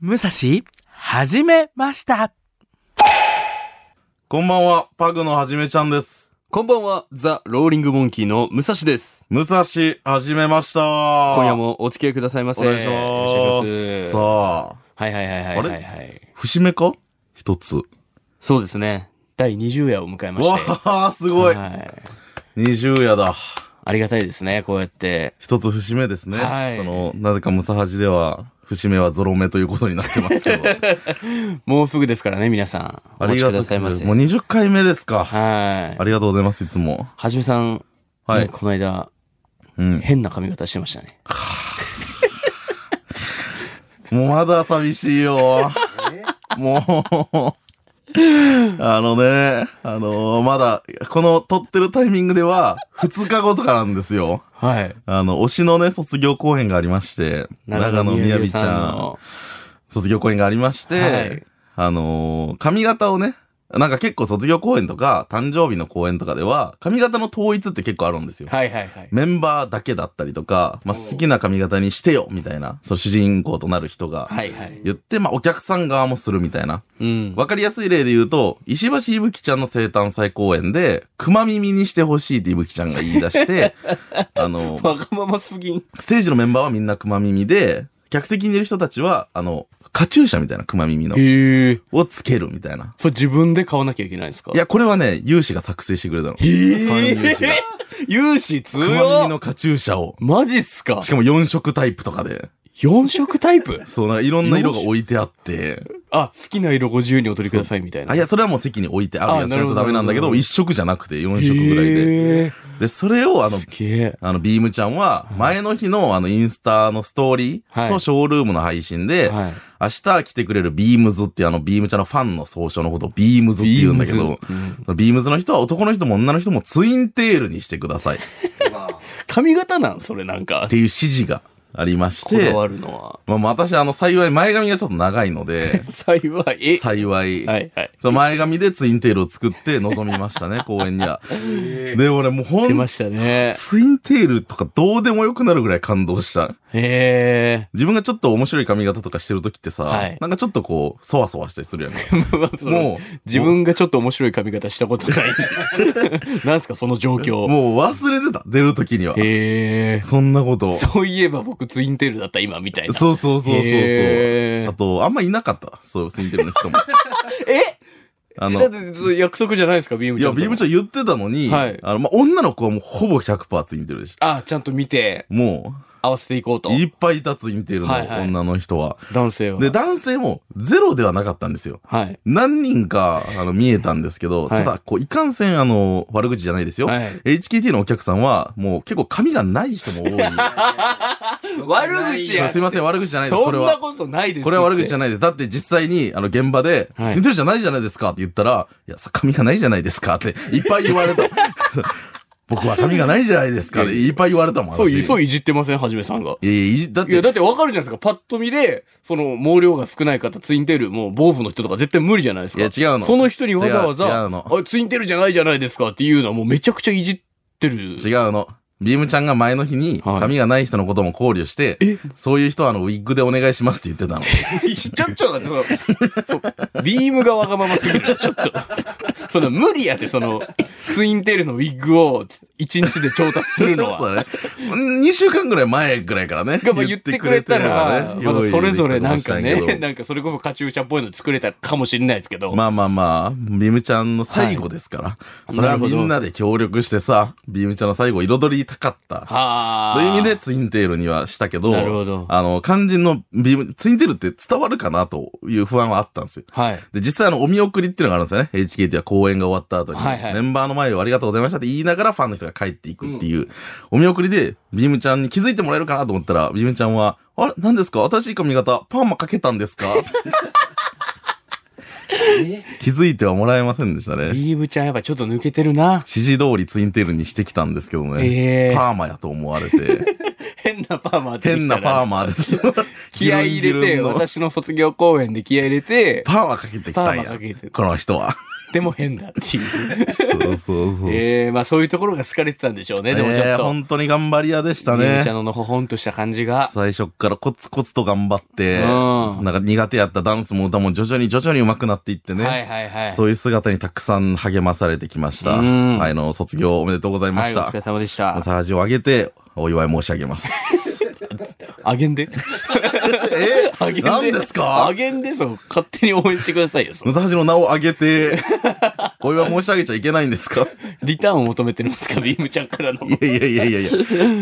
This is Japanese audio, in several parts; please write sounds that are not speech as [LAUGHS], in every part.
武蔵、始めました。こんばんは、パグのはじめちゃんです。こんばんは、ザ・ローリング・モンキーの武蔵です。武蔵、はじめました。今今夜。もお付き合いくださいませ。お願いしよま。ろしくお願いしますすさあ、はいはいはいはいはいはい。節目か一つ。そうですね。第20夜を迎えまして。わあ、すごい。はい。二十夜だ。ありがたいですね、こうやって。一つ節目ですね。はいその、なぜかムサハジでは、節目はゾロ目ということになってますけど。もうすぐですからね、皆さん。 [LAUGHS] おあ待りちがくとだうさいませ。もう20回目ですか。はいあ。りがとうございます、いつも。はじめさん、はいねこの間、うん。変な髪型してましたね。もうまだ寂しいよ。もう。あのね、あのまだ、この撮ってるタイミングでは、2日後とかなんですよ。はい。あの、推しのね、卒業公演がありまして、長野みやびちゃん、の。卒業公演がありまして、はいあの髪型をね、なんか結構卒業公演とか、誕生日の公演とかでは、髪型の統一って結構あるんですよ。はいはいはい。メンバーだけだったりとか、まあ、好きな髪型にしてよみたいな、その主人公となる人がはいはい。言って、まあ、お客さん側もするみたいな。うん。わかりやすい例で言うと、石橋いぶきちゃんの生誕祭公演で、熊耳にしてほしいっていぶきちゃんが言い出 [LAUGHS] して、あの、わがまますぎん。ステージのメンバーはみんな熊耳で、客席にいる人たちは、あの、カチューシャみたいな熊耳の、へえ。をつけるみたいな。それ自分で買わなきゃいけないんですかいや、これはね、有志が作成してくれたの。え勧誘士が [LAUGHS] 融資通熊耳のカチューシャを。マジっすかしかも4色タイプとかで。四色タイプそう、なんかいろんな色が置いてあって。あ、好きな色50にお取りくださいみたいな。あ、いや、それはもう席に置いてあるやあつなしなるいほとどダメなんだけど、なるほど1色じゃなくて4色ぐらいで。へで、それをあー。のす、げえ。あの、ビームちゃんは、前の日のあの、インスタのストーリはーいとショールームの配信で、はい。明日来てくれるビームズっていうあの、ビームちゃんのファンの総称のことをビームズって言うんだけど、うんビームズの人は男の人も女の人もツインテールにしてくださいっ髪型なんそれなんかて。いう指示がありましこだて、わるのは。、まあ私あの、幸い前髪がちょっと長いので幸い。え幸い、はいはい。その前髪でツインテールを作って臨みました [LAUGHS] ね、公演には。で、俺もうほ出んましたね。ツインテールとかどうでもよくなるぐらい感動した。へえ。自分がちょっと面白い髪型とかしてる時ってさ、はいなんかちょっとこう、そわそわしたりするやん。 [LAUGHS] も [LAUGHS] もうう、自分がちょっと面白い髪型したことない。なんすかその状況。もう忘れてた、出る時には。へえ。そんなこと。そうそういえば僕ツインテールだった今みたいな。そうそうそうそう。へーあと、あんまいなかった。そう、ツインテールの [LAUGHS] 人も。えあだっの、てそう約束じゃないですか、ビームいちゃや、んと。ビームちゃん言ってたのに、はいあの、まあ、女の子はもうほぼ100%ツインテールでしあ、ちゃんと見て、た。も合わせていこうとう、。いっぱいいたツインテールのはいはい女の人は。男性は。で、男性もゼロではなかったんですよ。はい。何人か、あの、見えたんですけど、はいただ、こう、いかんせん、あの、悪口じゃないですよ。はい。 HKT のお客さんは、もう結構髪がない人も多い。 [LAUGHS] 悪口や。すいません、悪口じゃないです、そこれんなは。ことないですこれは悪口じゃない。ないです。だって実際に、あの、現場で、はいツインテールじゃないじゃないですかって言ったら、いや、さ髪がないじゃないですかって、いっぱい言われた。 [LAUGHS] 僕は髪がないじゃないですかって、いっぱい言われたもん、そう、私いそういじってませんはじめさんが。いやいやいじだっいや、て、だってわかるじゃないですか。パッと見で、その、毛量が少ない方、ツインテール、もう、坊主の人とか絶対無理じゃないですか。いや違うのその人にわざわざ、違う違うのあツインテールじゃないじゃないですかっていうのは、もうめちゃくちゃいじってる。違うの。ビームちゃんが前の日に、はい髪がない人のことも考慮して、えそういう人は、あの、ウィッグでお願いしますって言ってたの。 [LAUGHS] ちょっとだってそのそう、ビームがわがまますぎる。ちょっと。その無理やって、その、ツインテールのウィッグを一日で調達するのは。そうね。2週間ぐらい前ぐらいからね。がまあ言ってくれたら、まだ言ってくれてればねそれぞれなんか用意でね、きたなんかそれこそカチューシャっぽいの作れたかもしれないですけど。まあまあまあ、ビームちゃんの最後ですから。いそれはみんななで協力してさ、ビームちゃんの最後彩りたかった。はあ。という意味でツインテールにはしたけど、なるほどあの、肝心のビーム、ツインテールって伝わるかなという不安はあったんですよ。はい。で、実際あの、お見送りっていうのがあるんですよね。HKT は公演が終わった後に。はいはいメンバーの前をありがとうございましたって言いながらファンの人が帰っていくっていう。お見送りで、ビームちゃんに気づいてもらえるかなと思ったら、ビームちゃんは、あれ何ですか新しい髪型、パーマかけた [LAUGHS] んですか気づいてはもらえませんでしたね。ビームちゃんやっぱちょっと抜けてるな。指示通りツインテールにしてきたんですけどね。ええパーマやと思わ [LAUGHS] れて、変なパーマ当ててき変たならパーマで。気合い入れギルンギて、ルンの私の卒業公演で気合い入れて、パーマかけてきパたーんマやか。けて。 [LAUGHS] この人は。っても変だっていう。そうそう [LAUGHS] そう。ええまあそういうところが好かれてたんでしょうね。でもちえょっーと。本当に頑張り屋でしたゆうねちゃ。んのほほんとした感じが。最初っからコツコツと頑張って、うんなんか苦手やったダンスも歌も徐々に徐々に上手くなっていってね。はいはいはい。そういう姿にたくさん励まされてきました。うんはい、あの、卒業おめでとうございまはい、しおた。疲れ様でした。サージをあげて、お祝い申し上げます。 [LAUGHS] あげんで。えあげんで。何ですかあげんで、そう。勝手に応援してくださいよ。そムうサハジの名をあ [LAUGHS] げて、お祝い申し上げちゃいけないんですかリターンを求めてるんですか、ビームちゃんからの。いやいやいやいやいや、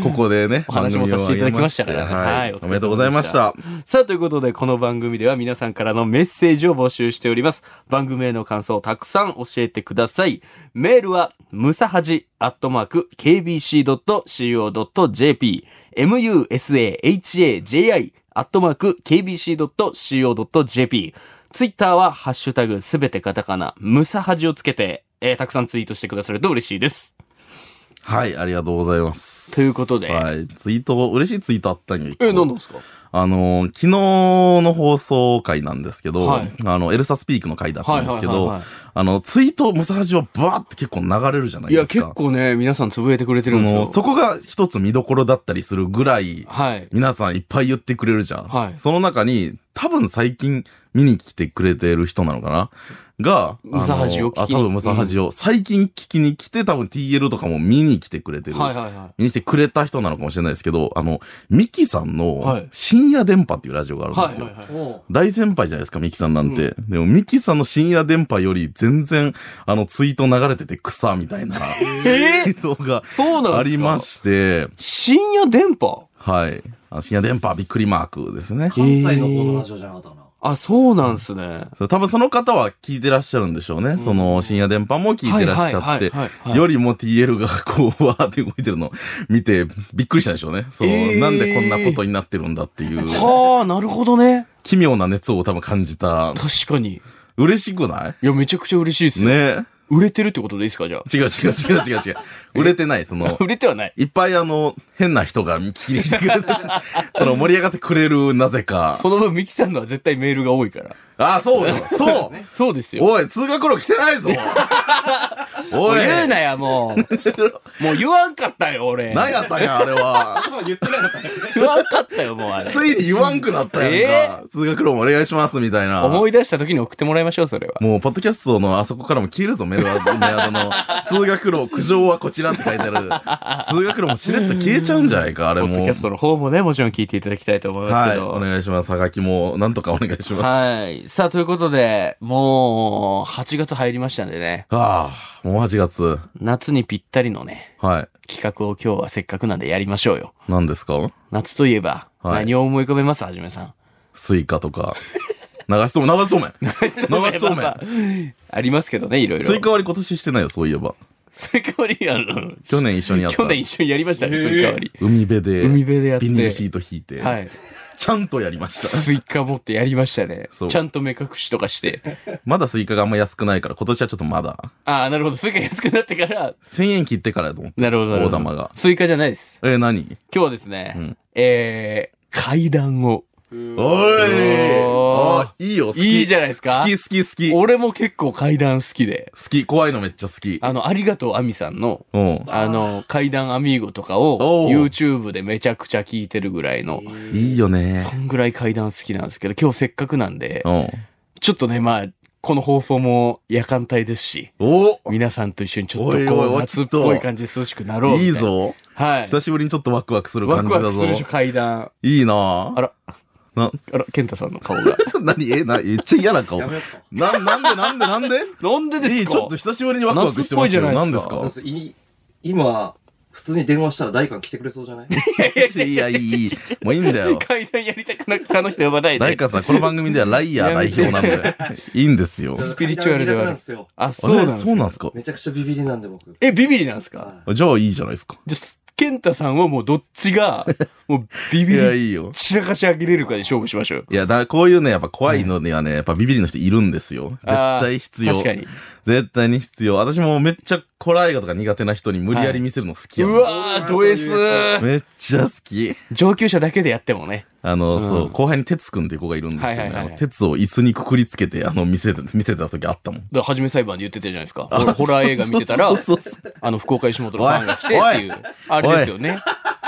ここでね、お話もさせていただきましたからね番組をあはげいお疲れ様でしたましてはい、おめでとうございました。さあ、ということで、この番組では皆さんからのメッセージを募集しております。番組への感想をたくさん教えてください。メールは、ムサハジアットマーク、kbc.co.jp、musahaji アットマーク、kbc.co.jp、ツイッターは、ハッシュタグ、すべてカタカナ、ムサハジをつけて、えーたくさんツイートしてくださると嬉しいです。はい、ありがとうございます。ということではい、ツイート、嬉しいツイートあったんや。え、何なんですかあのー、昨日の放送回なんですけど、はいあの、エルサスピークの回だったんですけど、はいはいはいはいあの、ツイート、ムサハジはバーって結構流れるじゃないいでや、すか。結構ね、皆さんつぶやいてくれてるそんですのよ。そこが一つ見どころだったりするぐらい、はい。皆さんいっぱい言ってくれるじゃん。はいその中に、多分最近見に来てくれてる人なのかなが、ムサハジを聞きにあのあ多分ムサハジを、最近聞きに来て、多分 TL とかも見に来てくれてる。はいはいはい。見に来てくれた人なのかもしれないですけど、あの、ミキさんはのい深夜電波っていうラジオがあるんですよ。はいはいはい、大先輩じゃないですか、ミキさんなんて。でも、ミキさんの深夜電波より全然、あの、ツイート流れてて草みたいな、えー人がそうなんですかありまして、深夜電波はい。あの深夜電波びっくりマークですね。関西の方のラジオじゃなかったかな。あ、そうなんすね。そう多分その方は聞いてらっしゃるんでしょうね。その深夜電波も聞いてらっしゃはいはっていはいはいはい、よりも TL がこう、わーって動いてるのを [LAUGHS] 見てびっくりしたんでしょうね。そう、えーなんでこんなことになってるんだっていう、はあ、なるほどね。奇妙な熱を多分感じた。確かに。嬉しくないいや、めちゃくちゃ嬉しいっすよ。ね売れてるってことでいいですか、じゃ違う違う違う違う違う。売れてない、そあの。。 [LAUGHS] 売れてはない。いっぱいあの、変な人が聞きに来てく [LAUGHS] れて、その盛り上がってくれる、なぜか。その分、ミキさんのは絶対メールが多いから。あ、そうよ、 [LAUGHS] そうそうですよ。おい、通学路来てないぞもおうい、言うなや、も [LAUGHS] う。もう言わんかったよ、俺。何やったんや、あれは。言わんかったよ、もうあれ。 [LAUGHS] ついに言わんくなったやんか。通学路もお願いします、みたいな。思い出した時に送ってもらいましょう、それは。もう、ポッドキャストのあそこからも消える [LAUGHS] ぞ、メールアドメアドの。通学路、苦情はこちらって書いてある。通学路もしれっと消えちゃうんじゃないか、あれポッドもキャ。ストの方もね、もちろん聞いていただきたいと思いますはけい、ど。お願いします。はがきも、なんとかお願いします。はい。さあ、ということで、もう、8月入りましたんでね、ああ、もう8月。夏にぴったりのね、はい。企画を今日はせっかくなんでやりましょうよ。何ですか夏といえば、はい何を思い浮かべますはじめさん。スイカとか。流しそうめん、流しそうめん。流しそまあうめん。ま [LAUGHS] あありますけどね、いろいろ。スイカ割り今年してないよ、そういえば。スイカ割り、あの、去年一緒にやった。去年一緒にやりましたね、スイカ割り。海辺で、海辺でやってビニールシート引いて、はい。ちゃんとやりました。スイカ持ってやりましたねそ。うちゃんと目隠しとかして。まだスイカがあんま安くないから、今年はちょっとまだ。ああ、なるほど。スイカ安くなってから、 1000円切ってからやと思って。なるほどなるほど。大玉がスイカじゃないです。えー、何今日はですね、うんえー、階段を。おいおーあーいいよ、好き。いいじゃないですか好き、好き、好き。俺も結構階段好きで、好き、怖いのめっちゃ好き。あの、ありがとうアミさんの、うん。あの、階段アミーゴとかをおう YouTube でめちゃくちゃ聞いてるぐらいの、いいよねそ。んぐらい階段好きなんですけど、今日せっかくなんでう、ん。ちょっとね、まあ、この放送も夜間帯ですし、お皆さんと一緒にちょっおいとおいこう、おい夏っぽい感じで涼しくなろうみたいいいな。ぞ。はい。久しぶりにちょっとワクワクするワ感クじだワクぞする。でしょ、階段。いいなあら、な、あら、健太さんの顔が。何え、な、めっちゃ嫌な顔。やめな、よっなんでなんで [LAUGHS] なんでなんでいですい、かちょっと久しぶりにワクワクしてます夏っぽいよ。何じゃでないですすかか。かだってい今、普通に電話したら代官来てくれそうじゃないいや、いい。もういいんだ [LAUGHS] よ。階段やりたくなく他の人呼ばないで。 [LAUGHS] 大川さん、この番組ではライヤー代表なんで、いいんですよ。スピリチュアルではある階段苦手なんですよ。あ、そうなんあでれすそうかなんですかめちゃくちゃビビりなんで僕。え、ビビリなんですかはじゃあいいじゃないですか。じゃあ、ケンタさんはもうどっち [LAUGHS] が、もうビいビや、り、いいよ。散らかし上げれるかで勝負しましょうよ。いや、だこういうね、やっぱ怖いのにはね、やっぱビビりの人いるんですよ。絶対必要。あー確かに。絶絶対に必要。私もめっちゃホラー映画とか苦手な人に無理やり見せるの好きやうもん、わー、ド S。めっちゃ好き。上級者だけでやってもね。あの、うんそう、後輩に哲くんっていう子がいるんですけど、はいねはいはいはいあの鉄を椅子にくくりつけて、あの、見せて、見せてた時あったもん。だからはじめ裁判で言ってたじゃないですか。ホラー映画見てたら、そうそうそうそうあの、福岡吉本のファンが来てっていう、あれですよね。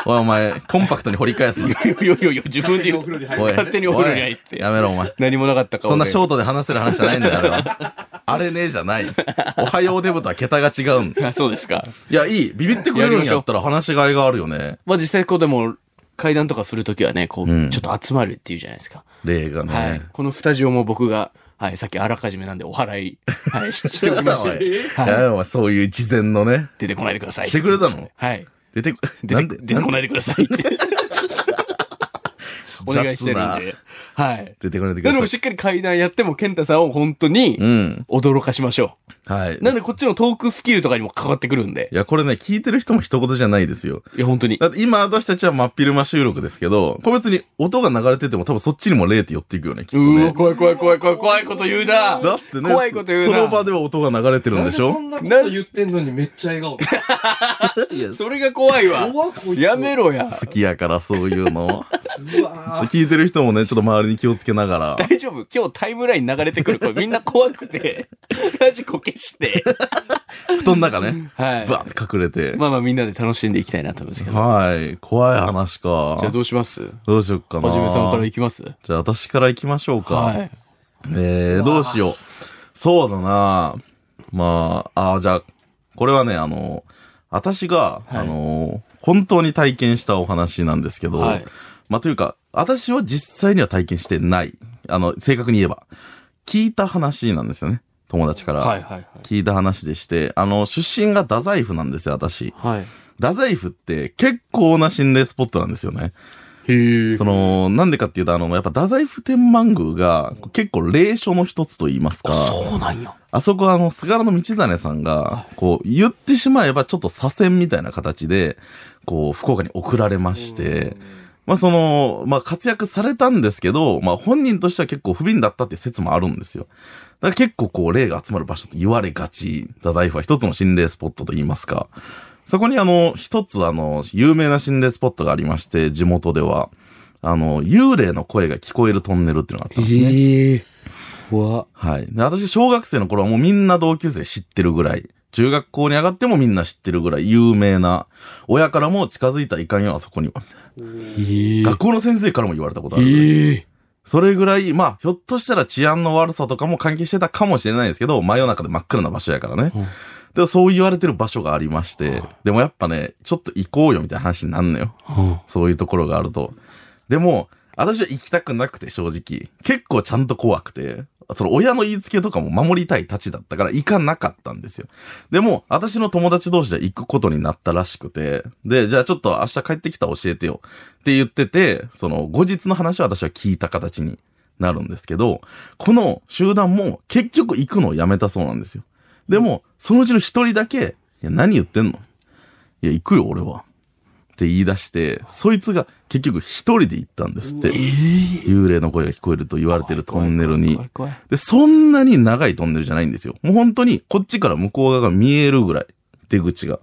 おい、お前、コンパクトに掘り返すな。いやいやいやいや、自分で言うと勝手にお風呂に入お [LAUGHS] い勝手にお風呂に入っておいやめろ、お前。何もなかった顔で [LAUGHS] そんなショートで話せる話じゃないんだよ、あれ [LAUGHS] は。あれねじゃない。おはようデブとは桁が違うんだ。あそうですか。いや、いい。ビビってくれるんやったら話しがいがあるよね。まあ実際こうでも、階段とかするときはね、こう、うんちょっと集まるっていうじゃないですか。例がね。はい。このスタジオも僕が、はい、さっきあらかじめなんでお払い、はい、ししておきまし [LAUGHS] おいて、やはめい、ろお前、そういう事前のね。出てこないでください。してくれたのはい。出てこ、出なんてで、出てこないでくださ [LAUGHS] いって。お願いしてるん雑で。はい。出てこないでくなのださでいし。っかり階段やっても、健太さんを本当にうん。驚かしましょはい。う。なんでこっちのトークスキルとかにも関わってくるんで。いや、これね、聞いてる人も一言じゃないですよ。いや、本当に。だって今私たちは真っ昼間収録ですけど、これ別に音が流れてても多分そっちにも0って寄っていくよね、きっとうわね。怖い怖い怖い怖い怖いこと言うな。だってね、怖いこと言うなその場では音が流れてるんでしなんそょんなこと言ってんのにめっちゃ笑顔。いや、好それが怖いわ。怖っこいつやめろや。きやからそういうの。うわ聞いてる人もね、ちょっと周りに気をつけながら。大丈夫今日タイムライン流れてくる声みんな怖くて、 [LAUGHS] ラジコ消して。布団の中ね、はい。バーって隠れて。まあまあみんなで楽しんでいきたいなと思うんですけど。はい。怖い話かじゃあ。どうしますはどうしよっかな。じめさんからいきますじゃあ私から行きましょうか。はい。えー、どうしよう。そうだなまあ、あーじゃあ、これはね、あの、私が、はいあの、本当に体験したお話なんですけど、はいまあというか、私は実際には体験してない。あの、正確に言えば。聞いた話なんですよね。友達から。はいはい聞いた話でして、あの、出身が太宰府なんですよ、私。はい。はい。太宰府って結構な心霊スポットなんですよね。へえ。その、なんでかっていうと、あの、やっぱ太宰府天満宮が結構霊所の一つと言いますか、そうなんや。あそこはあの、菅原道真さんが、こう、言ってしまえばちょっと左遷みたいな形で、こう、福岡に送られまして、まあその、まあ活躍されたんですけど、まあ本人としては結構不憫だったっていう説もあるんですよ。だから結構こう、霊が集まる場所と言われがち、太宰府は一つの心霊スポットと言いますか。そこにあの、一つあの、有名な心霊スポットがありまして、地元では、あの、幽霊の声が聞こえるトンネルっていうのがあったんですね。へえ。怖っはい。で、私、小学生の頃はもうみんな同級生知ってるぐらい、中学校に上がってもみんな知ってるぐらい有名な、親からも近づいたらいかんよ、あそこには。へえ。学校の先生からも言われたことあるぐらい。へえ。それぐらい、まあ、ひょっとしたら治安の悪さとかも関係してたかもしれないですけど、真夜中で真っ暗な場所やからね。うんでもそう言われてる場所がありまして、でもやっぱね、ちょっと行こうよみたいな話になんのよ。うんそういうところがあると。でも、私は行きたくなくて正直。結構ちゃんと怖くて、その親の言いつけとかも守りたいたちだったから行かなかったんですよ。でも、私の友達同士で行くことになったらしくて、で、じゃあちょっと明日帰ってきたら教えてよって言ってて、その後日の話は私は聞いた形になるんですけど、この集団も結局行くのをやめたそうなんですよ。でも、そのうちの一人だけ、いや、何言ってんのいや、行くよ、俺は。って言い出して、そいつが結局一人で行ったんですって。幽霊の声が聞こえると言われてるトンネルに怖。い怖いで、そんなに長いトンネルじゃないんですよ。もう本当にこっちから向こう側が見えるぐらい、出口が。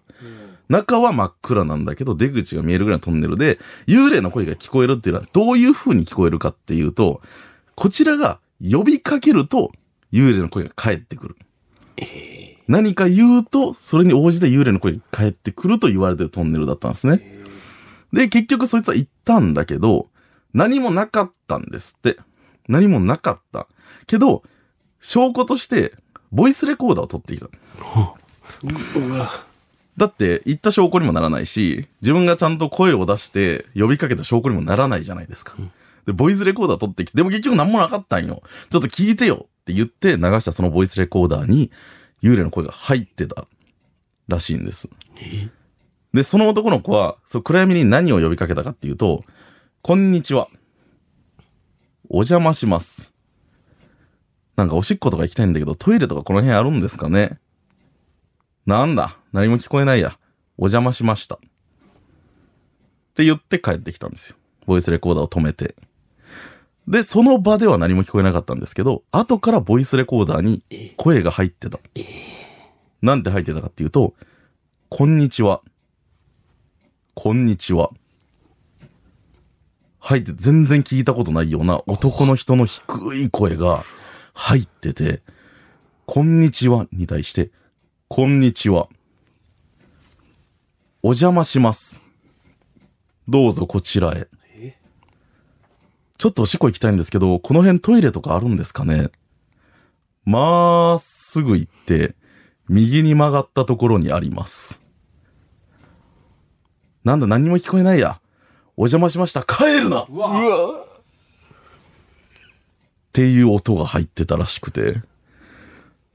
中は真っ暗なんだけど、出口が見えるぐらいのトンネルで、幽霊の声が聞こえるっていうのはどういう風に聞こえるかっていうと、こちらが呼びかけると幽霊の声が返ってくる。何か言うと、それに応じて幽霊の声が返ってくると言われてるトンネルだったんですね。で、結局そいつは行ったんだけど、何もなかったんですって。何もなかった。けど、証拠として、ボイスレコーダーを取ってきた。だって、言った証拠にもならないし、自分がちゃんと声を出して呼びかけた証拠にもならないじゃないですか。で、ボイスレコーダー取ってきて、でも結局何もなかったんよ。ちょっと聞いてよって言って流したそのボイスレコーダーに、幽霊の声が入ってたらしいんです。で、その男の子は、そう暗闇に何を呼びかけたかっていうと、こんにちは。お邪魔します。なんかおしっことか行きたいんだけど、トイレとかこの辺あるんですかねなんだ何も聞こえないや。お邪魔しました。って言って帰ってきたんですよ。ボイスレコーダーを止めて。で、その場では何も聞こえなかったんですけど、後からボイスレコーダーに声が入ってた。なんて入ってたかっていうと、こんにちは。こんにちは。入って、全然聞いたことないような男の人の低い声が入ってて、こんにちはに対して、こんにちは。お邪魔します。どうぞこちらへ。ちょっとおしっこ行きたいんですけど、この辺トイレとかあるんですかねまっすぐ行って、右に曲がったところにあります。なんだ、何も聞こえないや。お邪魔しました。帰るなっうわていう音が入ってたらしくて。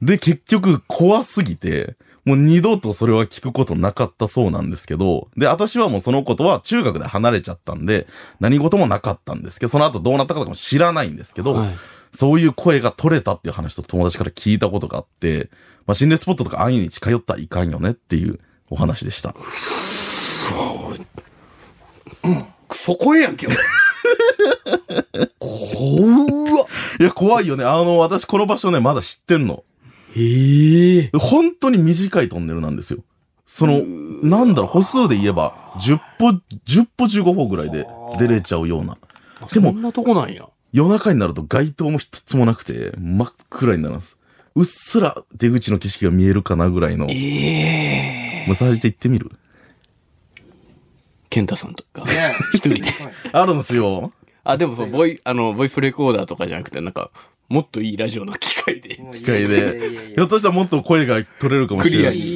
で、結局怖すぎて、もう二度とそれは聞くことなかったそうなんですけど、で、私はもうそのことは中学で離れちゃったんで、何事もなかったんですけど、その後どうなったかとかも知らないんですけど、はいそういう声が取れたっていう話と友達から聞いたことがあって、まあ、心霊スポットとか安易に近寄ったらいかんよねっていうお話でした。クソ声やんけ。怖っ。いや、怖いよね。あの、私この場所ね、まだ知ってんの。ええ。本当に短いトンネルなんですよ。その、なんだろう、歩数で言えば、10歩、10歩15歩ぐらいで出れちゃうような。でもそんなとこなんや。夜中になると街灯も一つもなくて、真っ暗になるんです。うっすら出口の景色が見えるかなぐらいの。えもえ。う探して行ってみる健太さんとか。ね一人で。あるんですよ。あ、でもそう、ボイ、あの、ボイスレコーダーとかじゃなくて、なんか、もっといいラジオの機械で。機械で。ひょっとしたらもっと声が取れるかもしれクリなアいいにい。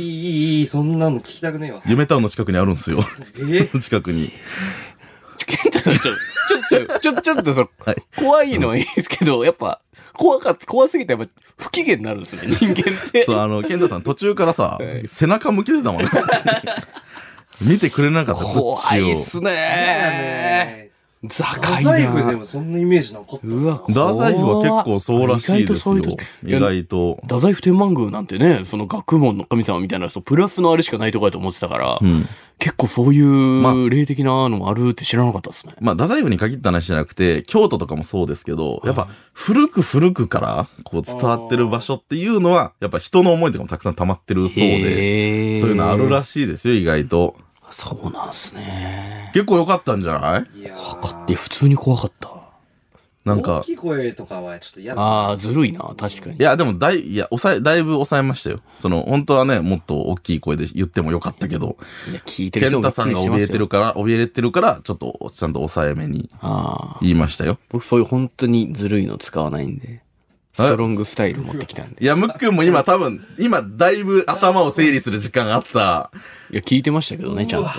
いいいそんなの聞きたくねえわ。夢タウンの近くにあるんですよ。え近くに。健太さん、ちょ、ちょっと、ちょ、ちょっと、その、はい怖いのはいいですけど、やっぱ、怖かった、怖すぎて、やっぱ、不機嫌になるんですね、人間って。そう、あの、健太さん途中からさ、背中向けて [LAUGHS] たもんね。見てくれなかった、こっ怖ちいっを。すねー。ザ太カイ宰府でな。もそんなイメージなかった。うわ、ダザイフは結構そうらしい意外ですよとそういうと。意外と。太宰府天満宮なんてね、その学問の神様みたいな人、プラスのあれしかないとかやと思ってたから、うん。結構そういまう霊的なのもあるって知らなかったですね。まあ、太宰府に限った話じゃなくて、京都とかもそうですけど、やっぱ古く古くからこう伝わってる場所っていうのは、やっぱ人の思いとかもたくさん溜まってるそうで、でそういうのあるらしいですよ、意外と。そうなんすね。結構良かったんじゃないいやで、ー普通に怖かった。なんか大。きい声とかはちょっと嫌だ。ああ、ずるいな、確かにい。や、でも、だい、いや、抑え、だいぶ抑えましたよ。その、本当はね、もっと大きい声で言ってもよかったけど、いや、聞いてる健人太もさんが怯えてるから、怯えてるから、ちょっと、ちゃんと抑えめにああ。言いましたよ。僕、そういう本当にずるいの使わないんで、ストロングスタイル持ってきたんで。いや、むっくんも今多分、今、だいぶ頭を整理する時間があった。いや、聞いてましたけどね、ちゃんと。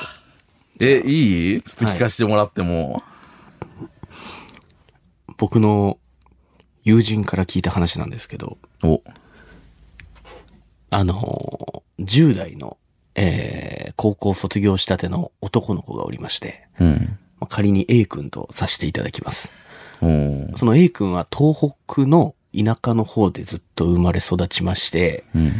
え、いいちょっと聞かせてもらっても。僕の友人から聞いた話なんですけど、お、あのー、10代の、えー、高校卒業したての男の子がおりまして、うん。まあ仮に A 君とさせていただきます。おその A 君は東北の田舎の方でずっと生まれ育ちまして、うん。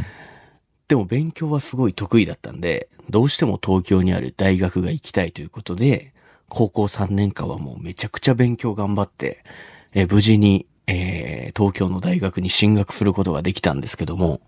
でも勉強はすごい得意だったんで、どうしても東京にある大学が行きたいということで、高校3年間はもうめちゃくちゃ勉強頑張って、えー無事に、えー東京の大学に進学することができたんですけども、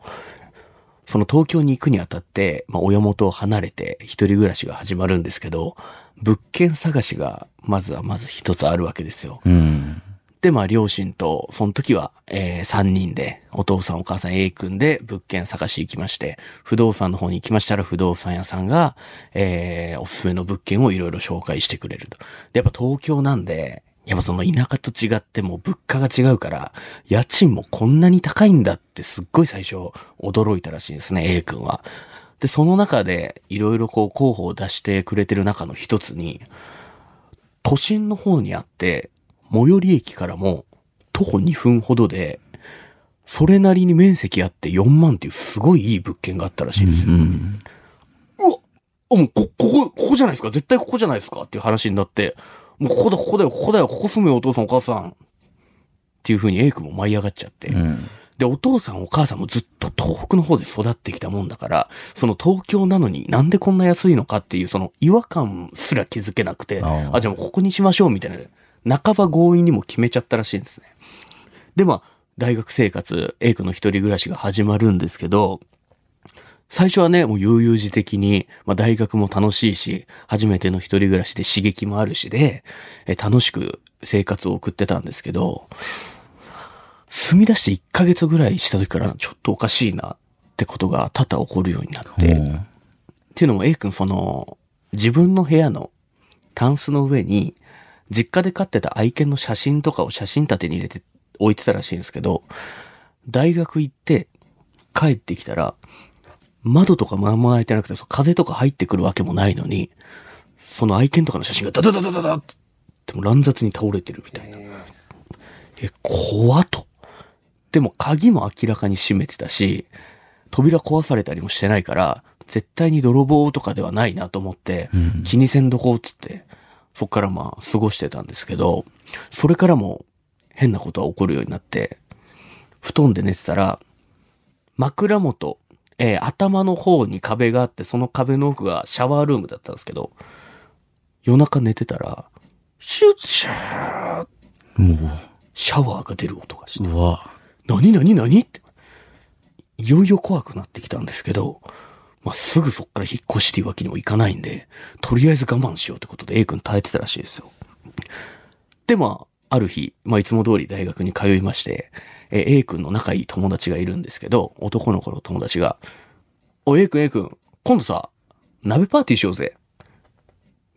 その東京に行くにあたって、まあ、親元を離れて一人暮らしが始まるんですけど、物件探しがまずはまず一つあるわけですよ。うん。で、まあ、両親と、その時は、えー、3人で、お父さんお母さん A 君で物件探し行きまして、不動産の方に行きましたら、不動産屋さんが、えー、おすすめの物件をいろいろ紹介してくれると。で、やっぱ東京なんで、やっぱその田舎と違ってもう物価が違うから、家賃もこんなに高いんだってすっごい最初驚いたらしいんですね、A 君は。で、その中で、いろいろこう候補を出してくれてる中の一つに、都心の方にあって、最寄り駅からも徒歩2分ほどで、それなりに面積あって4万っていうすごいいい物件があったらしいんですよ。うん。あ、もうこ、ここ、ここじゃないですか絶対ここじゃないですかっていう話になって、もうここだ、ここだよ、ここだよ、ここ住むよ、お父さん、お母さん。っていう風に A 君も舞い上がっちゃって。うん。で、お父さんお母さんもずっと東北の方で育ってきたもんだから、その東京なのになんでこんな安いのかっていうその違和感すら気づけなくて、あーあ、じゃあもうここにしましょうみたいな半ば強引にも決めちゃったらしいんですね。で、まあ、大学生活、A 君の一人暮らしが始まるんですけど、最初はね、もう悠々自適に、まあ大学も楽しいし、初めての一人暮らしで刺激もあるしで、え楽しく生活を送ってたんですけど、住み出して1ヶ月ぐらいした時からちょっとおかしいなってことが多々起こるようになって、ほっうていうのも A 君その、自分の部屋のタンスの上に、実家で飼ってた愛犬の写真とかを写真立てに入れて置いてたらしいんですけど、大学行って帰ってきたら、窓とか何も開いてなくて、そう風とか入ってくるわけもないのに、その愛犬とかの写真がダダダダダダってもう乱雑に倒れてるみたいな。え、怖っと。でも鍵も明らかに閉めてたし、扉壊されたりもしてないから、絶対に泥棒とかではないなと思って、うん気にせんどこうっつって、そっからまあ過ごしてたんですけど、それからも変なことが起こるようになって、布団で寝てたら、枕元、えー頭の方に壁があって、その壁の奥がシャワールームだったんですけど、夜中寝てたら、シュッシャーもシャワーが出る音がしてう、うわ。何何何って。いよいよ怖くなってきたんですけど、まあ、すぐそっから引っ越しっていうわけにもいかないんで、とりあえず我慢しようってことで A 君耐えてたらしいですよ。で、まあ、ある日、まあ、いつも通り大学に通いまして、えー A 君の仲いい友達がいるんですけど、男の子の友達が、おい、A 君 A 君、今度さ、鍋パーティーしようぜ。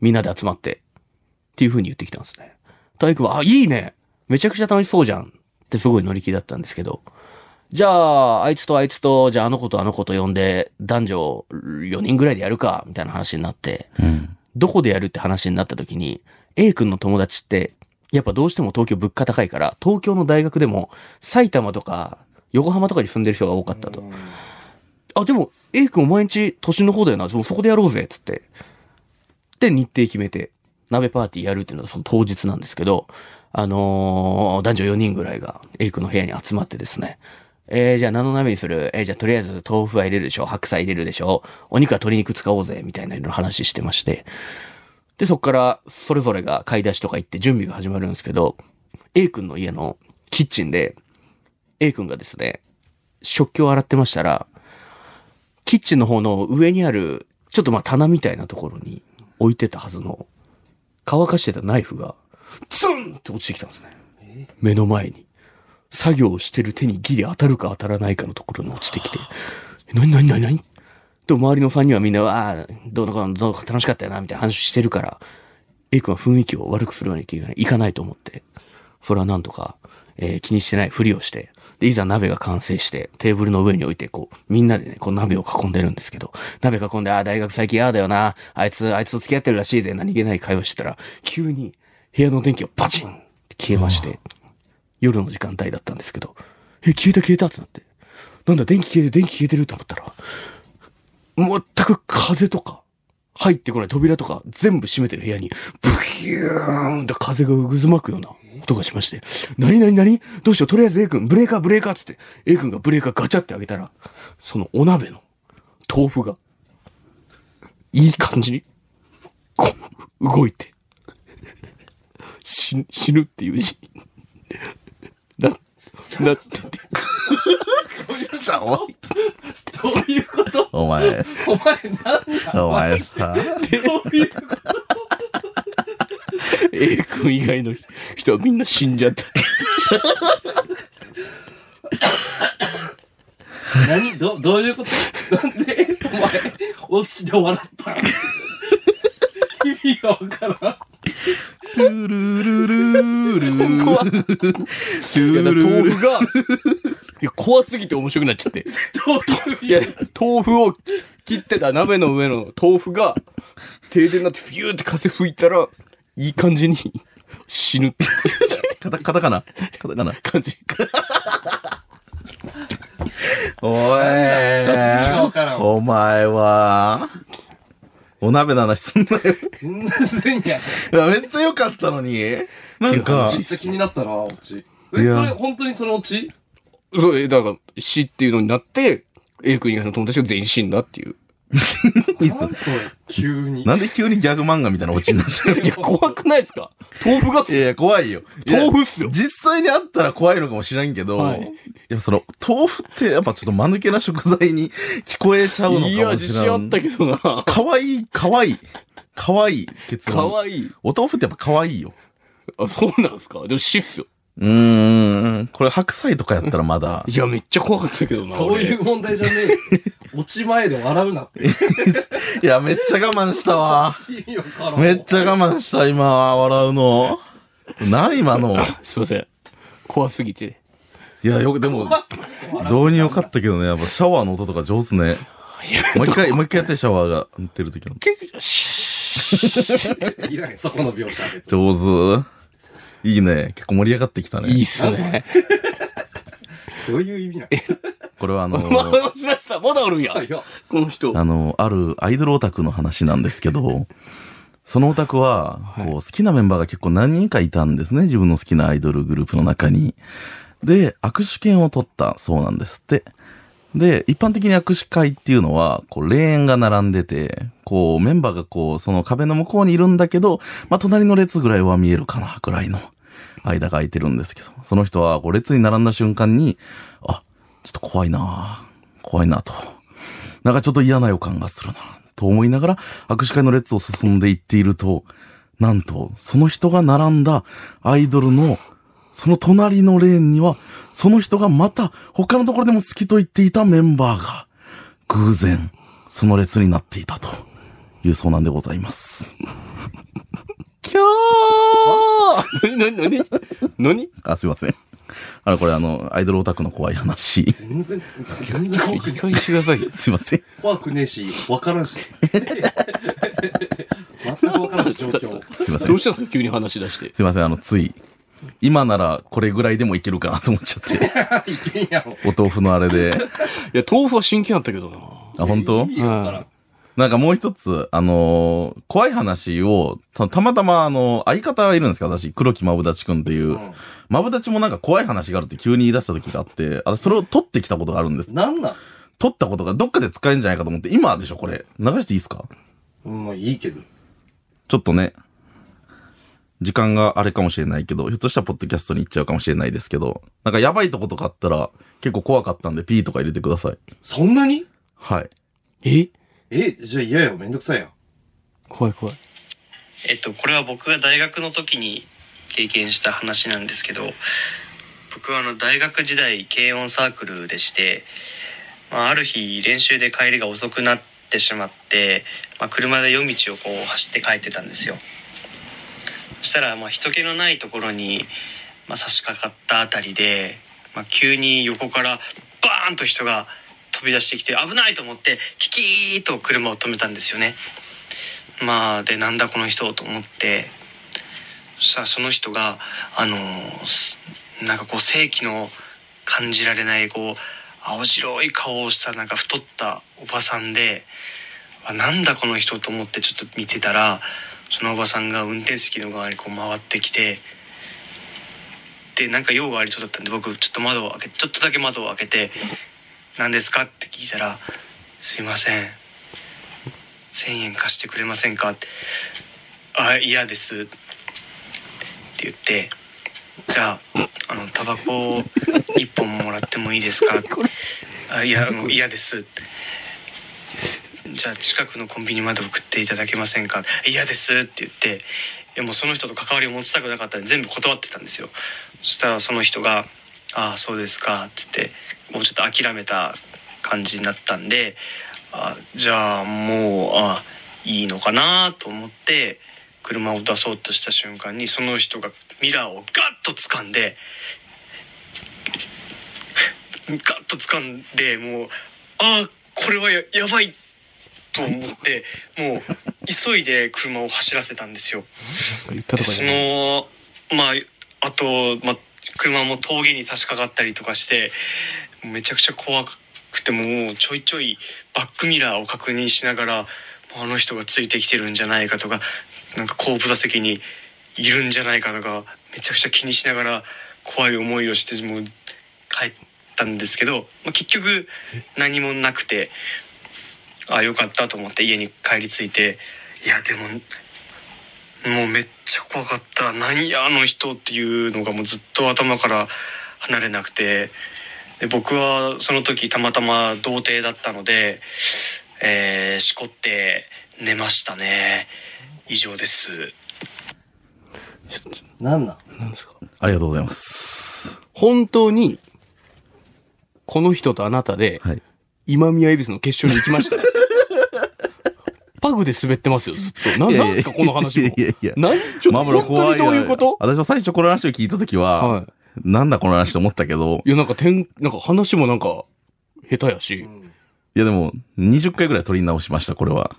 みんなで集まって。っていう風に言ってきたんですね。大君は、あ、いいねめちゃくちゃ楽しそうじゃんってすごい乗り気だったんですけど、じゃあ、あいつとあいつと、じゃああの子とあの子と呼んで、男女4人ぐらいでやるか、みたいな話になって、うん。どこでやるって話になった時に、A 君の友達って、やっぱどうしても東京物価高いから、東京の大学でも埼玉とか横浜とかに住んでる人が多かったと。あ、でも A 君お前んち都心の方だよな、そそこでやろうぜ、つって。で、日程決めて、鍋パーティーやるっていうのはその当日なんですけど、あのー男女4人ぐらいが A 君の部屋に集まってですね、えー、じゃあ何の鍋にするえー、じゃあとりあえず豆腐は入れるでしょ白菜入れるでしょお肉は鶏肉使おうぜみたいなの話してまして。で、そこからそれぞれが買い出しとか行って準備が始まるんですけど、A 君の家のキッチンで、A 君がですね、食器を洗ってましたら、キッチンの方の上にある、ちょっとまあ棚みたいなところに置いてたはずの、乾かしてたナイフが、ツンって落ちてきたんですね。目の前に。作業をしてる手にギリ当たるか当たらないかのところに落ちてきて、え何何何何でも周りのファンにはみんな、ああ、どうのこうのどうのこうの楽しかったよな、みたいな話してるから、A 君は雰囲気を悪くするわけにはいかないいかないと思って、それはなんとか、えー気にしてないふりをして、で、いざ鍋が完成して、テーブルの上に置いて、こう、みんなでね、こう鍋を囲んでるんですけど、鍋囲んで、ああ、大学最近ああだよな、あいつ、あいつと付き合ってるらしいぜ、何気ない会話してたら、急に部屋の電気がバチンって消えまして、夜の時間帯だったんですけど、え、消えた消えたってなって、なんだ、電気消えてる、電気消えてると思ったら、全く風とか、入ってこない扉とか全部閉めてる部屋に、ブヒューンと風が渦巻くような音がしまして、何何何どうしようとりあえず A 君、ブレーカーブレーカーっつって、A 君がブレーカーガチャってあげたら、そのお鍋の豆腐が、いい感じに、こう、動いて、死ぬ、死ぬっていう字に、な、なってて。どういうことお前、お前なんお前さ。どういうこ A 君以外の人はみんな死んじゃった。と何どどういうことなんでお前落ちて笑った意味がわからんトゥルルルルル。怖いトいや、ゥだからルル豆ル腐が、いや、怖すぎて面白くなっちゃって。どういういや、豆腐を切ってた鍋の上の豆腐が、停電になってビューって風吹いたら、いい感じに死ぬっていう [LAUGHS] カタカタカナカタカナ感じ。おがわからいんお前は、お鍋の話すんなよ。全然やいやめっちゃ良かったのに。っなんかていう話、めっちゃ気になったな落ちえそいれや本当にその落ちそう、えだから死っていうのになって、A 君以外の友達が全員死んだっていう。なんそれ急に。なんで急にギャグ漫画みたいなオチになっちゃういや、怖くないですか豆腐がいやいや、怖いよ。いや豆腐っすよ。実際にあったら怖いのかもしれんけど、はいやっぱその、豆腐ってやっぱちょっと間抜けな食材に聞こえちゃうのかもしいれなや、い。自信あったけどな。かかわいい、かわいい。かわいい結論。わいい。お豆腐ってやっぱかわいいよ。あ、そうなんですかでも死っすよ。うーん。これ白菜とかやったらまだ。いや、めっちゃ怖かったけどな。そういう問題じゃねえよ。落ち前で笑うなって。いや、めっちゃ我慢したわ。意味わからん。めっちゃ我慢した、今、笑うの。何今の。俺すいません。怖すぎて。いや、よく、でも、怖すぎて笑う導入良かったけどね、やっぱシャワーの音とか上手いね。や、もう一回、もう一回やって、シャワーが塗ってる時の。結局、しいらんよそこの描写は別に。上手。いいね。結構盛り上がってきたね。いいっすね。どういう意味なこれはあのま、話しだした。まだおるんや。のいや、この人。あの、あるアイドルオタクの話なんですけど、そのオタクは、こう、好きなメンバーが結構何人かいたんですね。自分の好きなアイドルグループの中に。で、握手券を取ったそうなんですって。で、一般的に握手会っていうのは、こう、レーンが並んでて、こう、メンバーがこう、その壁の向こうにいるんだけど、まあ、隣の列ぐらいは見えるかな、ぐらいの間が空いてるんですけど、その人は、こう、列に並んだ瞬間に、あ、ちょっと怖いな怖いなと。なんかちょっと嫌な予感がするな、と思いながら握手会の列を進んでいっていると、なんと、その人が並んだアイドルの、その隣のレーンには、その人がまた他のところでも好きと言っていたメンバーが、偶然、その列になっていたというそうなんでございます。きゃーなになになになにあ、すいません。あの、これあの、アイドルオタクの怖い話。 [LAUGHS] 全然、全然怖く一ね回してく [LAUGHS] ださいよ。すいません。え怖くねえし、わからんし。 [LAUGHS] 全くわからんし、状況。すいませんどう。したんですか急に話し出して。すいません。あの、つい、今ならこれぐらいでもいけるかなと思っちゃって、いけんやろ。お豆腐のあれで。いや、豆腐は真剣やったけどな。あ、本当意味わからんなんかもう一つ、あのー怖い話を、たたまたま、あのー相方がいるんですけど、私、黒木まぶだちくんっていうう、んまぶだちもなんか怖い話があるって急に言い出した時があって、私、それを撮ってきたことがあるんです。なんなん撮ったことがどっかで使えるんじゃないかと思って、今でしょ、これ。流していいですかうん、まあいいけど。ちょっとね、時間があれかもしれないけど、ひょっとしたらポッドキャストに行っちゃうかもしれないですけど、なんかやばいとことかあったら、結構怖かったんで、ピーとか入れてください。そんなにはい。ええ、じゃあ嫌よ、めんどくさいやん。怖い怖い。えっと、これは僕が大学の時に経験した話なんですけど僕はあの大学時代軽音サークルでして、まあ、ある日練習で帰りが遅くなってしまって、まあ、車で夜道をこう走って帰ってたんですよ。そしたらまあ人気のないところに、まあ、差し掛かったあたりで、まあ、急に横からバーンと人が飛び出してきて危ないと思ってキキーッと車を止めたんですよね。まあでなんだこの人と思ってそしたらその人があのすなんかこう正気の感じられないこう青白い顔をしたなんか太ったおばさんであなんだこの人と思ってちょっと見てたらそのおばさんが運転席の側にこう回ってきてでなんか用がありそうだったんで僕ちょっと窓を開けちょっとだけ窓を開けて「何ですか?」って聞いたら「すいません1,000円貸してくれませんか?」って「あ嫌です」って言って「じゃああのタバコを1本もらってもいいですか?」あいやもう嫌です」ってじゃあ近くのコンビニまで送っていただけませんか?」嫌です」って言っていやもうその人と関わりを持ちたくなかったんで全部断ってたんですよそしたらその人が「ああそうですか」っつってもうちょっと諦めた感じになったんであじゃあもうあいいのかなと思って車を出そうとした瞬間にその人がミラーをガッと掴んでガッと掴んでもうああこれはややばいと思ってもう急いで車を走らせたんですよ。言ったとでかそじゃないのまああと、まあ、車も峠に差し掛かったりとかしてめちゃくちゃ怖くてもうちょいちょいバックミラーを確認しながらあの人がついてきてるんじゃないかとかなんか後部座席にいるんじゃないかとかめちゃくちゃ気にしながら怖い思いをしてもう帰ったんですけど、まあ、結局何もなくて。あよかったと思って家に帰り着いていやでももうめっちゃ怖かったなんやあの人っていうのがもうずっと頭から離れなくてで僕はその時たまたま童貞だったので、えーしこって寝ましたね以上ですなんなんなんですかありがとうございます。本当に、この人とあなたで、はい。今宮恵比寿の決勝に行きま [LAUGHS] した。パグで滑ってますよ、ずっと。な、いやいやなんすか、この話もいやいや。何ちょっと、マムロ本当怖にどいよういうこと私は最初この話を聞いたときは、はなんだこの話と思ったけど、い。いや、なんか、てん、なんか話もなんか、下手やし。いやでも、20回ぐらい撮り直しました、これは。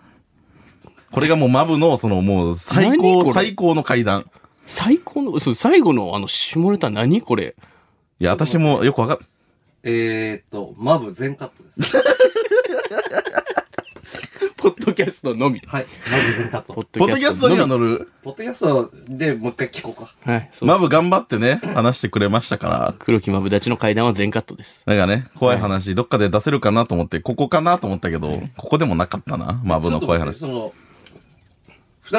これがもうマブの、そのもう最何こ高、れ最高の階段。最高の、そう、最後のあの、下ネタ何これ。いや、私もよくわかっ、えーっと、マブ全カッ [LAUGHS] トです。ポッドキャストのみ。はい。マブ全カット。ポッポッドキャストにはの乗る。ドキャストでもう一回聞こうか。み。はい、そうですマブ頑張ってね、話してくれましたから。黒木マブダチの階段は全カットです。なんかね、怖い話、どっかで出せるかなと思って、ここかなと思ったけど、ここでもなかったな、マブの怖い話。ちょっと待ってその、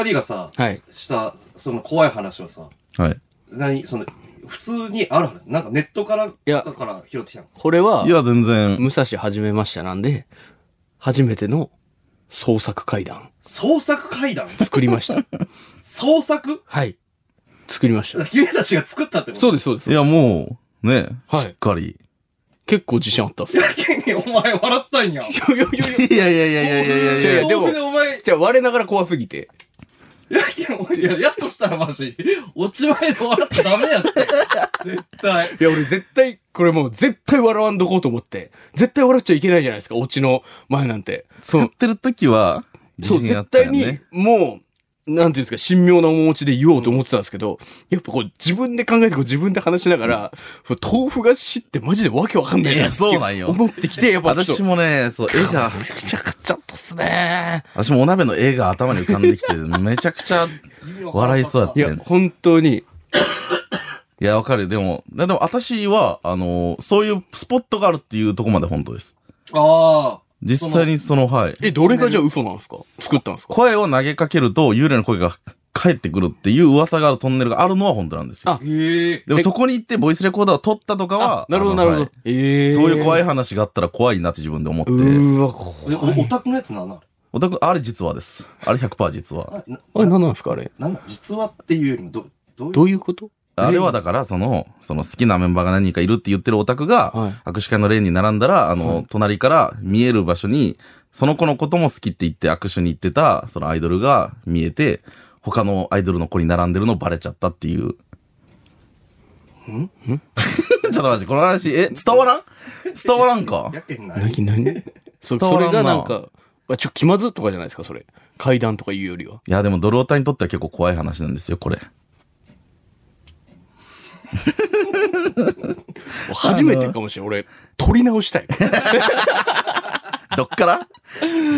二人がさ、はい。した、その怖い話をさ、はい。、何、その、普通にある話。なんかネットから、やだから拾ってきたの。これはいや、全然、武蔵始めましたなんで、初めての創作階段創作階段作りま [LAUGHS] した。創作はい。作りました。君たちが作ったってことそうでです、そうですい。や、もう、ね、はしいっかり。結構自信あったっ [LAUGHS] す。いす。ケンお前笑ったんや。いやいやいやいや。いやいやいやいやいやいやいじゃあやでもでお前、いじゃあ我ながら怖すぎて。や、ケンお前いや、やっとしたらマジ、落ち前で笑ったらダメ [LAUGHS] やって。絶対。いや、俺絶対、これもう絶対笑わんどこうと思って。絶対笑っちゃいけないじゃないですか、オチの前なんて。そ作っう、てる時は、自そう、信あ絶った対よにね。、もう、なんていうんですか、神妙な面持ちで言おうと思ってたんですけど、やっぱこう自分で考えてこう自分で話しながら、そう豆腐菓子ってマジでわけわかんないいやそうなんよ思ってきて、やっぱちょっ私と、もね、そう、絵が、めちゃくちゃったっすね。私もお鍋の絵が頭に浮かん [LAUGHS] できて、めちゃくちゃ、笑いそうやったいや、本当に、いや、わかるよ。でも、ででも私は、あの、そういうスポットがあるっていうとこまで本当です。ああ。実際にその、はい。え、どれがじゃあ嘘なんですか作ったんですか声を投げかけると幽霊の声が返ってくるっていう噂があるトンネルがあるのは本当なんですよ。あへえ。でもそこに行ってボイスレコーダーを撮ったとかはあ、なるほど、あなのるほどは。えいそういう怖い話。話があったら怖いなって自分で思ってう。ーわ、怖え、い。おオタクのやつな、な。おたく、あれ実はです。あれ100%実は。あな、あれ、何なんですかあれ。なんだ、実話っていうよりも、ど、どういうどういうことあれはだから、その、その好きなメンバーが何人かいるって言ってるオタクが、はい握手会の例に並んだら、あの、隣から見える場所に、その子のことも好きって言って握手に行ってた、そのアイドルが見えて、他のアイドルの子に並んでるのバレちゃったっていう。ん [LAUGHS] ちょっと待って、この話、え、伝わらん伝わらんかやけんな何何そ伝そわれらんがななんか、あちょ、気まずとかじゃないですか、それ。階段とか言うよりは。いや、でもドルオタにとっては結構怖い話なんですよ、これ。初めてかもしれん。俺、撮り直したい。 [LAUGHS] どっから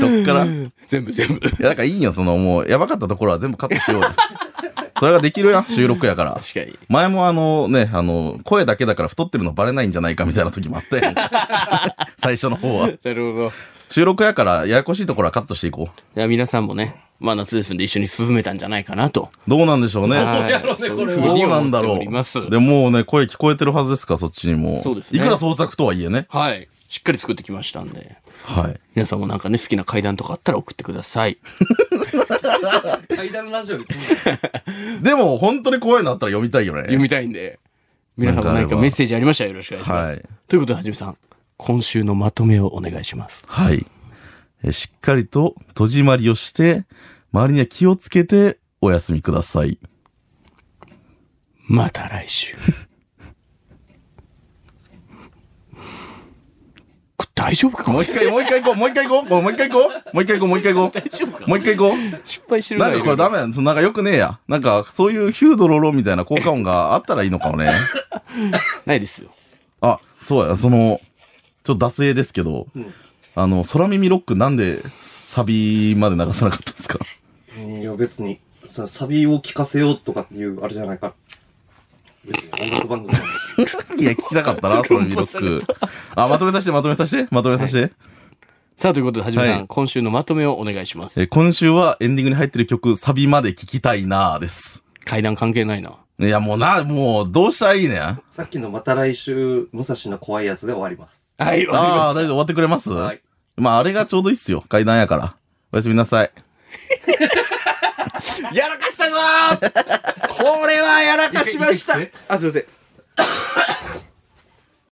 どっからい全部全部。や、だからいいよ、その、もう、やばかったところは全部カットしよう [LAUGHS] よ。それができるやん、収録やから。確かに。前もあのね、あの、声だけだから太ってるのバレないんじゃないかみたいな時もあったよ。 [LAUGHS] 最初の方は。なるほど。収録やからややこしいところはカットしていこう。じゃあ皆さんもね、まあ夏ですんで一緒に進めたんじゃないかなと。どうなんでしょうね。はいやろうねそうこれいうはふうどうにな思んだってろおう。ります。でもうね、声聞こえてるはずですから、そっちにも。そうですねいくら創作とはいえね。はい。しっかり作ってきましたんで。はい。皆さんもなんかね、好きな階段とかあったら送ってください。階段ラジオにすんのでも、本当に怖いのあったら読みたいよ読ね。みたいんで。皆さんもなんかあれ何ばかメッセージありましたらよろしくお願いします。はいということで、はじめさん、今週のまとめをお願いします。はい。えしっかりと戸締まりをして、周りには気をつけてお休みください。また来 [LAUGHS] 週。これ大丈夫かもう一回、もう一回行こう、もう一回行こう、もう一回行こう、もう一回行こう、もう一回行こ大丈夫う、もう一回行こう。失敗してるなんかこれダメなんなんかよくねえや。なんかそういうヒュードロロみたいな効果音があったらいいのかもね。ないですよ。あ、そうや、その、ちょっと脱税ですけど、うんあの、空耳ロックなんでサビまで流さなかったですかいや、別に、そのサビを聞かせようとかっていう、あれじゃないから。別に音楽番組なんだしいや、聞きたかったな、空耳ロック。あ、まとめさせて、まとめさせて、まとめさせて。さあ、ということで、はじめさん、はい今週のまとめをお願いしまえすー。今週はエンディングに入ってる曲、サビまで聴きたいなーです。階段関係ないな。いや、もうな、もう、どうしたらいいねん。あさっきのまた来週、武蔵の怖いやつで終わります。はい、わかりまあしー、大丈夫、終わってくれます、はい。まあ、あれがちょうどいいっすよ。階段やから。おやすみなさい。た。やらかしたぞーこれはやらかしました。あ、すいません。